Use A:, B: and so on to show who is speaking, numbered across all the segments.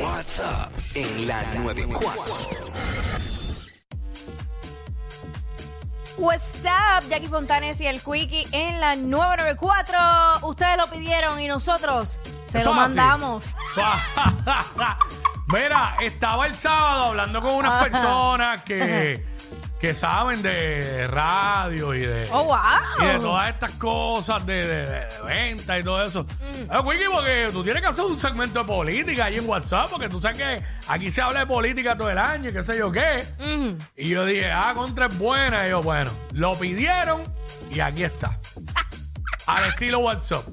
A: What's up en la 94.
B: What's up, Jackie Fontanes y el Quickie en la 994. Ustedes lo pidieron y nosotros se
C: Eso
B: lo
C: es así.
B: mandamos.
C: Mira, estaba el sábado hablando con unas personas que, que saben de radio y de,
B: Oh, wow.
C: y de todas estas cosas de, de- de venta y todo eso.
B: Mm.
C: Eh, Wiki, porque tú tienes que hacer un segmento de política ahí en WhatsApp, porque tú sabes que aquí se habla de política todo el año y qué sé yo qué.
B: Mm.
C: Y yo dije, ah, contra es buena. Y yo, bueno, lo pidieron y aquí está. Al estilo WhatsApp.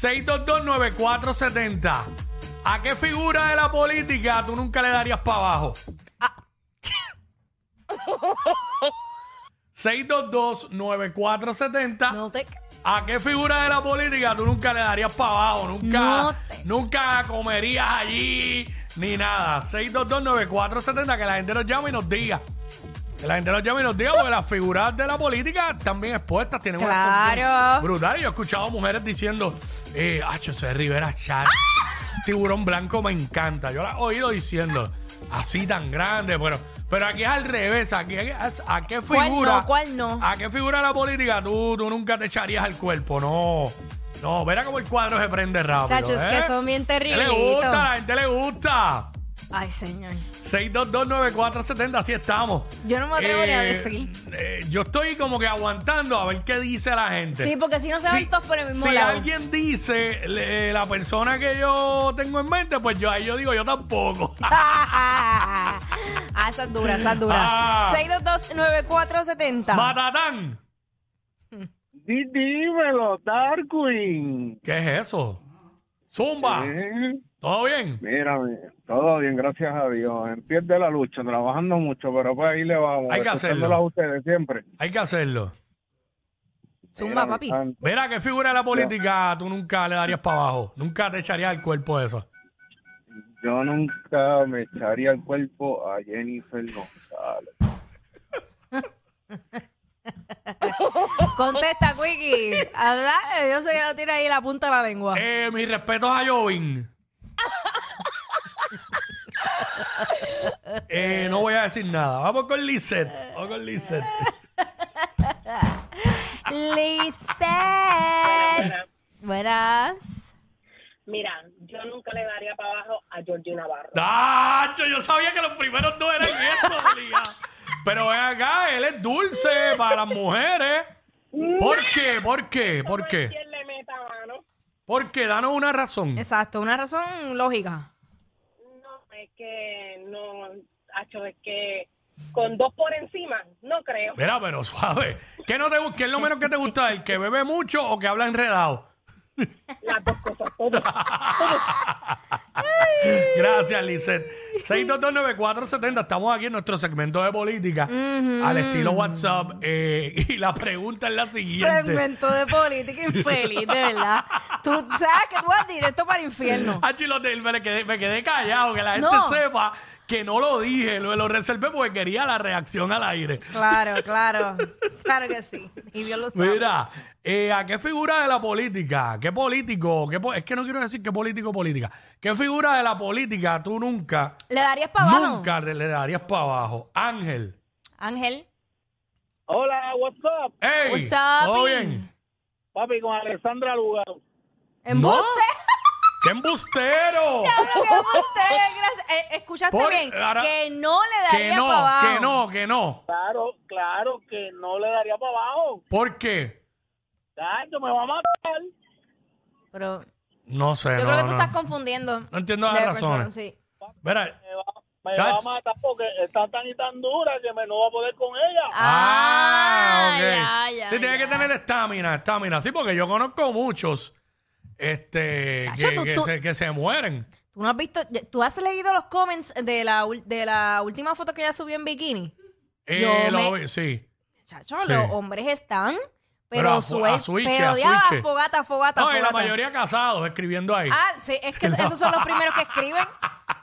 C: 6229470. ¿A qué figura de la política tú nunca le darías para abajo? 6229470.
B: No te...
C: ¿A qué figura de la política tú nunca le darías para abajo? Nunca,
B: No te-
C: nunca comerías allí ni nada. 6229470, que la gente nos llame y nos diga. Que la gente nos llame y nos diga, porque las figuras de la política están bien expuestas, tienen una
B: Claro.
C: actuación brutal. Y Yo he escuchado mujeres diciendo, eh, Acho, ese Rivera Charles, tiburón blanco me encanta. Yo la he oído diciendo, así tan grande, pero, pero aquí es al revés, aquí es- a qué
B: ¿Cuál
C: figura.
B: no? ¿Cuál no?
C: ¿A qué figura de la política tú, tú nunca te echarías al cuerpo? No. No, verá como el cuadro se prende rápido.
B: Chacho, es
C: ¿eh?
B: que son bien
C: ¿Qué le
B: terriblitos.
C: gusta, a la gente le gusta.
B: Ay, señor.
C: 6229470, así estamos.
B: Yo no me atrevo ni a decir.
C: eh, yo estoy como que aguantando a ver qué dice la gente.
B: Sí, porque si no se van todos por el mismo
C: si
B: lado.
C: alguien dice le- eh, la persona que yo tengo en mente, pues yo ahí yo digo yo tampoco.
B: ah, esa es dura, esa es dura.
C: Ah.
B: 6229470.
C: Matatán.
D: Di- Dímelo, Darwin.
C: ¿Qué es eso? Zumba.
D: ¿Eh?
C: ¿Todo bien?
D: Mírame, todo bien, gracias a Dios. En pie de la lucha, trabajando mucho, pero pues ahí le vamos.
C: Hay que hacerlo.
D: escuchándolos a ustedes siempre.
C: Hay que hacerlo.
B: Zumba,
D: Mírame,
B: papi.
D: santo.
C: Mira, ¿qué figura de la política tú nunca le darías para abajo? Nunca te echarías el cuerpo eso.
D: Yo nunca me echaría el cuerpo a Jennifer González.
B: Contesta, Quickie. Ah, Dale, yo sé que lo tiene ahí la punta de la lengua.
C: Eh, mis respetos a Jovin. Eh, no voy a decir nada. Vamos con Lisette. Vamos con Lisette.
B: Lisette. Buenas.
E: Mira, yo nunca le daría para abajo a Georgina Barro.
C: ¡Dacho! Yo sabía que los primeros dos eran eso, obligado. Pero ven acá, él es dulce para las mujeres. ¿Por qué? ¿Por qué? ¿Por qué?
E: ¿Quién le meta mano?
C: ¿Por qué? Danos una razón.
B: Exacto, una razón lógica.
E: No, es que no, Hacho, es que con dos por encima, no creo.
C: Mira, pero suave. ¿Qué, no te, gu- qué es lo menos que te gusta? ¿El que bebe mucho o que habla enredado?
E: Las dos cosas, todo.
C: Gracias, Lisette. 6229470. Estamos aquí en nuestro segmento de política al estilo WhatsApp. eh, y la pregunta es la siguiente.
B: Segmento de política infeliz, de verdad. Tú sabes que tú vas directo para el infierno.
C: Ah, chilo, te- me quedé, me quedé callado, que la gente
B: No.
C: sepa que no lo dije, lo, lo reservé porque quería la reacción al aire.
B: Claro, claro. Claro que sí. Y Dios lo sabe.
C: Mira, eh, ¿a qué figura de la política? ¿Qué político? Qué po- es que no quiero decir qué político o política. ¿Qué figura de la política tú nunca,
B: ¿Le darías para abajo?
C: nunca le le darías para abajo? Ángel.
B: Ángel.
D: Hola, what's up?
C: ¡Ey!
B: What's up,
C: ¿Todo
B: y-
C: bien?
D: Papi, con Alessandra Lugaro.
B: ¿Embuste?
C: ¡Qué embustero!
B: Claro que embuste, gracias. Eh, ¿Escuchaste
C: Por-
B: bien?
C: ahora-
B: que no le
C: que
B: darías
C: no,
B: para abajo.
C: que no, que no.
D: Claro, claro que no le daría para abajo.
C: ¿Por qué?
D: Chacho, me va a matar.
B: Pero
C: No sé.
B: yo
C: no,
B: creo que tú
C: no.
B: estás confundiendo.
C: No entiendo las
B: de
C: razones.
B: personas, sí.
C: Mira,
D: Me va, me
C: Chacho.
D: va a matar porque está tan y tan dura que me no va a poder con ella.
C: Ah,
B: Ah,
C: ok.
B: ya, ya,
C: sí, tiene
B: ya.
C: que tener estamina, estamina. Sí, porque yo conozco muchos este,
B: Chacho,
C: que,
B: tú-
C: que
B: tú-
C: se, que se mueren.
B: ¿Tú no has visto, tú has leído los comments de la, ul- de la última foto que ella subió en bikini?
C: Eh,
B: Yo
C: lo
B: me-
C: vi- sí.
B: Chacho,
C: Sí.
B: los hombres están,
C: Pero a
B: pero,
C: fu-
B: suel-
C: a switch,
B: pero
C: a
B: de- ah,
C: switch.
B: fogata, fogata,
C: No, y
B: fogata.
C: la mayoría casados escribiendo ahí.
B: Ah, sí, es que esos son los primeros que escriben.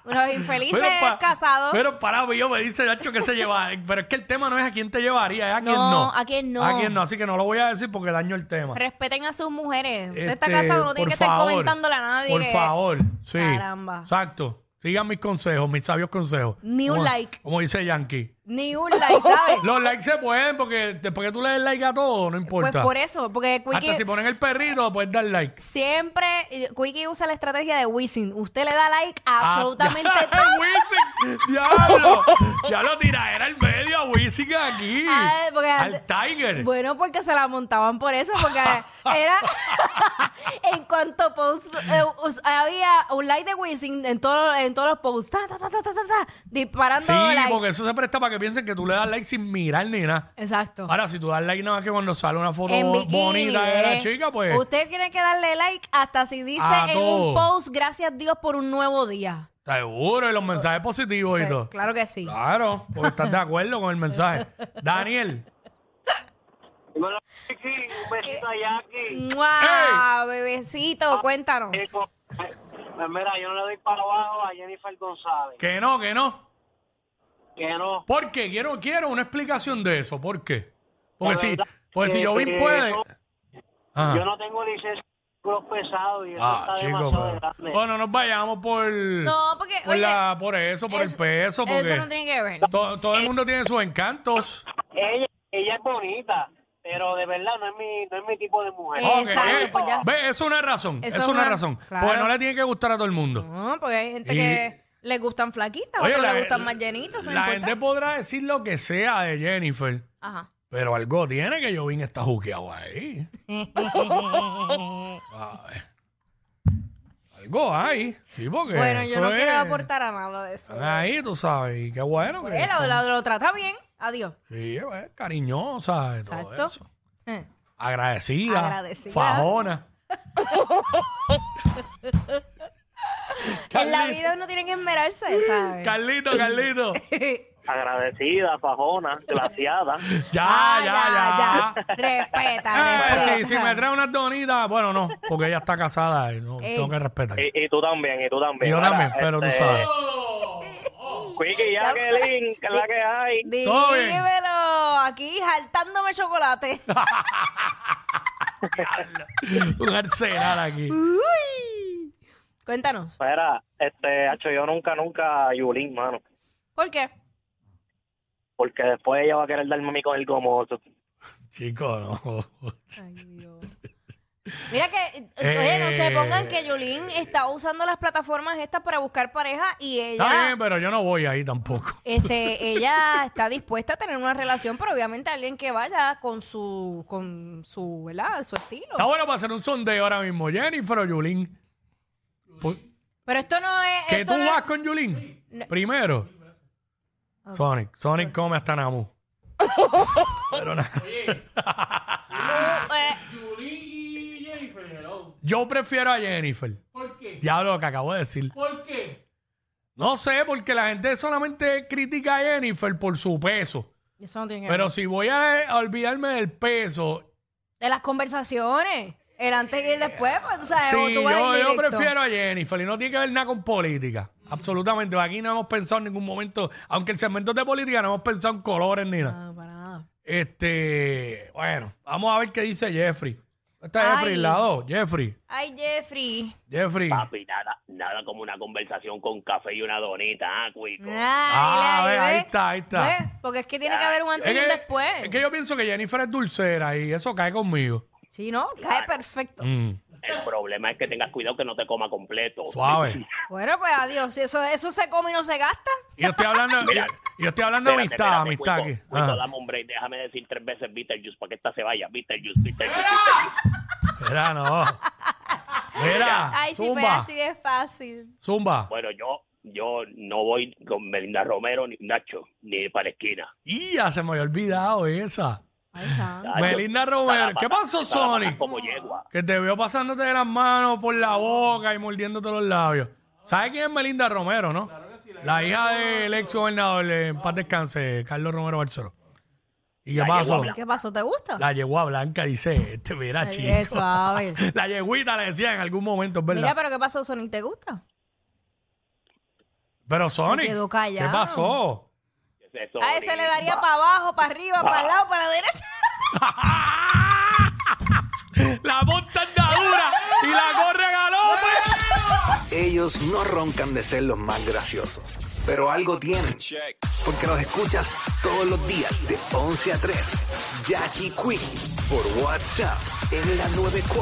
B: Los infelices
C: pa-
B: casados.
C: Pero para mí, yo me dice, Nacho, que se lleva. Pero es que el tema no es a quién te llevaría, es a quién
B: No,
C: no.
B: a quién no.
C: A Ah, quién no, así que no lo voy a decir porque daño el tema.
B: Respeten a sus mujeres. Usted está
C: Este,
B: casado, no tiene
C: por
B: que estar
C: favor,
B: comentándole a nadie.
C: Por
B: que-
C: favor, sí.
B: Caramba.
C: Exacto. Sigan mis consejos, mis sabios consejos.
B: Ni un
C: Como-
B: like.
C: Como dice Yankee.
B: Ni un like, ¿sabes?
C: Los likes se pueden porque después que tú le des like a todo, no
B: pues
C: importa.
B: por eso, porque
C: Hasta
B: Quickie
C: si ponen el perrito, puedes dar like.
B: siempre, eh, Quickie usa la estrategia de Wisin. Usted le da like a absolutamente
C: Ah,
B: todo.
C: Wisin, diablo. Ya lo tira, era el medio a Wisin aquí.
B: Ah, porque-
C: al Tiger.
B: Bueno, porque se la montaban por eso, porque era en cuanto post eh, us- había un like de Wisin en todos en todos los posts, ta, ta, ta, ta, ta, ta, ta, disparando
C: Sí,
B: likes.
C: porque eso se presta para que piensen que tú le das like sin mirar ni nada.
B: Exacto.
C: Ahora, si tú das like nada más que cuando sale una foto
B: en bikini,
C: bonita de
B: ¿eh?
C: la chica, pues.
B: Usted tiene que darle like hasta si dice
C: A
B: en un
C: todo.
B: post, gracias Dios por un nuevo día.
C: Seguro, y los mensajes positivos y
B: Sí,
C: todo.
B: claro que sí.
C: Claro, porque estás de acuerdo con el mensaje. Daniel,
F: Dímelo, Chiqui, un besito a
C: Mm.
F: Jackie.
B: ¡Mua! Bebecito, cuéntanos.
F: Eh, con- eh, Mira, yo no le doy para abajo a Jennifer González.
C: que no, que no.
F: Que no.
C: ¿Por qué? Quiero, quiero una explicación de eso. ¿Por qué? Porque
F: La
C: si,
F: verdad
C: porque si
F: que
C: Jovín
F: yo-
C: puede. Ajá.
F: Yo no tengo licencia de seguros pesados y eso
C: Ah,
F: está
C: chico,
F: demasiado
C: pero-
F: grande.
C: Bueno, nos vayamos por.
B: No, porque,
C: Por,
B: oye,
C: la- por eso, por
B: eso-
C: el peso. Porque
B: Eso no tiene que ver.
C: to- todo el mundo tiene sus encantos.
F: Ella, ella es bonita, pero de verdad no es mi, no es mi tipo de mujer.
B: Eh,
C: Ok,
B: Exacto,
C: eh,
B: pues ya.
C: Ve, es una razón.
B: Eso
C: es
B: es
C: una,
B: una-
C: razón.
B: claro.
C: Porque no le tiene que gustar a todo el mundo.
B: No, Ah, porque hay gente
C: Y-
B: que le gustan flaquitas,
C: Oye,
B: otros
C: la-
B: le gustan más llenitas,
C: La gente podrá decir lo que sea de Jennifer,
B: Ajá.
C: pero algo tiene que Jovín está juqueado ahí. A ver. Algo hay. Sí, porque
B: bueno, yo
C: Eh, eso
B: no
C: es- Ah,
B: quiero aportar a nada de eso.
C: Ahí, tú sabes, y qué bueno
B: Pues
C: que
B: él
C: son-
B: lo, lo- lo trata bien. Adiós.
C: Sí, es cariñosa. y todo
B: Exacto.
C: eso. Agradecida.
B: Agradecida.
C: Fajona.
B: En la vida uno tiene que esmerarse, ¿sabes?
C: Carlito, Carlito.
F: Agradecida, fajona, glaciada.
C: Ya,
B: Ah,
C: ya,
B: ya.
C: ya.
B: Respeta,
C: Eh,
B: respeta.
C: sí, sí, me trae unas donitas. Bueno, no, porque ella está casada y no,
B: Ey.
C: tengo que respetar.
F: Y, y tú también, y tú
C: Y
F: también.
C: yo
F: Mira,
C: también, pero tú
F: este,
C: sabes.
F: Quickie, Jacqueline, que es la que hay.
C: Todo bien.
B: Dímelo, aquí jaltándome chocolate.
C: Un arsenal aquí.
B: Uy. Cuéntanos,
F: Mira, este, hacho, yo nunca, nunca a Yulín, mano.
B: ¿por qué?
F: Porque después ella va a querer darme a mí con el gomoso.
C: Chico, no.
B: Mira que,
C: Eh.
B: oye, no se pongan que Yulín está usando las plataformas estas para buscar pareja y
C: Está
B: ella,
C: bien, pero yo no voy ahí tampoco.
B: este, ella está dispuesta a tener una relación, pero obviamente alguien que vaya con su, con su, ¿verdad? Su estilo.
C: Está bueno para hacer un sondeo ahora mismo, Jennifer o Yulín. Pues,
B: Pero esto no es,
C: ¿Que
B: esto
C: tú
B: no es-
C: vas con Yulín? Primero. Sonic. Sonic come hasta Namu. Pero nada.
B: no, eh,
C: Yo prefiero a Jennifer. ¿Por qué? Diablo, lo que acabo de decir. ¿Por qué? No sé, porque la gente solamente critica a Jennifer por su peso.
B: eso no tiene que
C: Pero
B: ver.
C: si voy a, a olvidarme del peso,
B: De las conversaciones, el antes y el después, pues, tú sabes,
C: sí,
B: tú vas
C: yo, yo
B: directo.
C: prefiero a Jennifer y no tiene que ver nada con política. Absolutamente. Aquí no hemos pensado en ningún momento, aunque el segmento es de política, no hemos pensado en colores ni nada.
B: No, para nada.
C: Este, bueno, vamos a ver qué dice Jeffrey. ¿Dónde
B: Ay.
C: Está Jeffrey, al lado. Jeffrey,
B: Ay, Jeffrey.
C: Jeffrey.
G: Papi, nada, nada como una conversación con café y una donita, ah, cuico.
C: Ah,
B: Ay,
C: ve,
B: le-
C: ahí
B: ve.
C: está, ahí está.
B: Ve, ¿eh? Porque es que tiene que haber un antes
C: Es
B: y un
C: que-
B: después.
C: Es que yo pienso que Jennifer es dulcera y eso cae conmigo.
B: Sí, ¿no? Cae perfecto.
C: Mm,
G: El problema es que tengas cuidado que no te coma completo.
C: suave.
B: Bueno, pues adiós. Si Eso, eso se come y no se gasta.
C: Y yo estoy hablando,
G: Mira,
C: yo estoy hablando de
G: Espérate,
C: amistad,
G: espérate,
C: amistad
G: cuico,
C: aquí. Ah.
G: cuico,
C: Ajá.
G: dame un break, déjame decir tres veces Beetlejuice para que esta se vaya. Beetlejuice, Beetlejuice, Beetlejuice.
C: Mira, no. Ah, Mira,
B: Ay, sí, pero
C: Ah, zumba,
B: así de fácil.
C: zumba.
G: Bueno, yo, yo no voy con Melinda Romero ni Nacho, ni para la esquina.
C: Y ya se me había olvidado esa.
B: Ay, Sam.
G: Tacho,
C: Belinda Romero. ¿Qué pasó,
G: esa la patas
C: Sonic?
G: Como yegua.
C: Que te veo pasándote de las manos por la boca y mordiéndote los labios. ¿Sabes quién es Melinda Romero, no? La hija del ex gobernador, en paz descanse, Carlos Romero Barceló. ¿Y qué
G: La
C: pasó?
G: yegua
B: ¿Qué pasó? ¿Te gusta?
C: La yegua blanca, dice este, mira,
B: Ay,
C: chico.
B: qué suave.
C: La yeguita le decía en algún momento, es verdad.
B: Mira,
C: pero,
B: pero ¿qué pasó, Sonic? ¿Te gusta?
C: Sonic,
B: quedó
C: ¿qué
B: callado.
C: pasó?
G: Ese Sonic,
B: A ese le daría
G: va.
B: para abajo, para arriba, para el lado, para la derecha.
C: la monta andadura y la corre a galope.
A: Ellos no roncan de ser los más graciosos, pero algo tienen. Porque los escuchas todos los días de 11 a 3. Jackie Quinn por WhatsApp en la 94.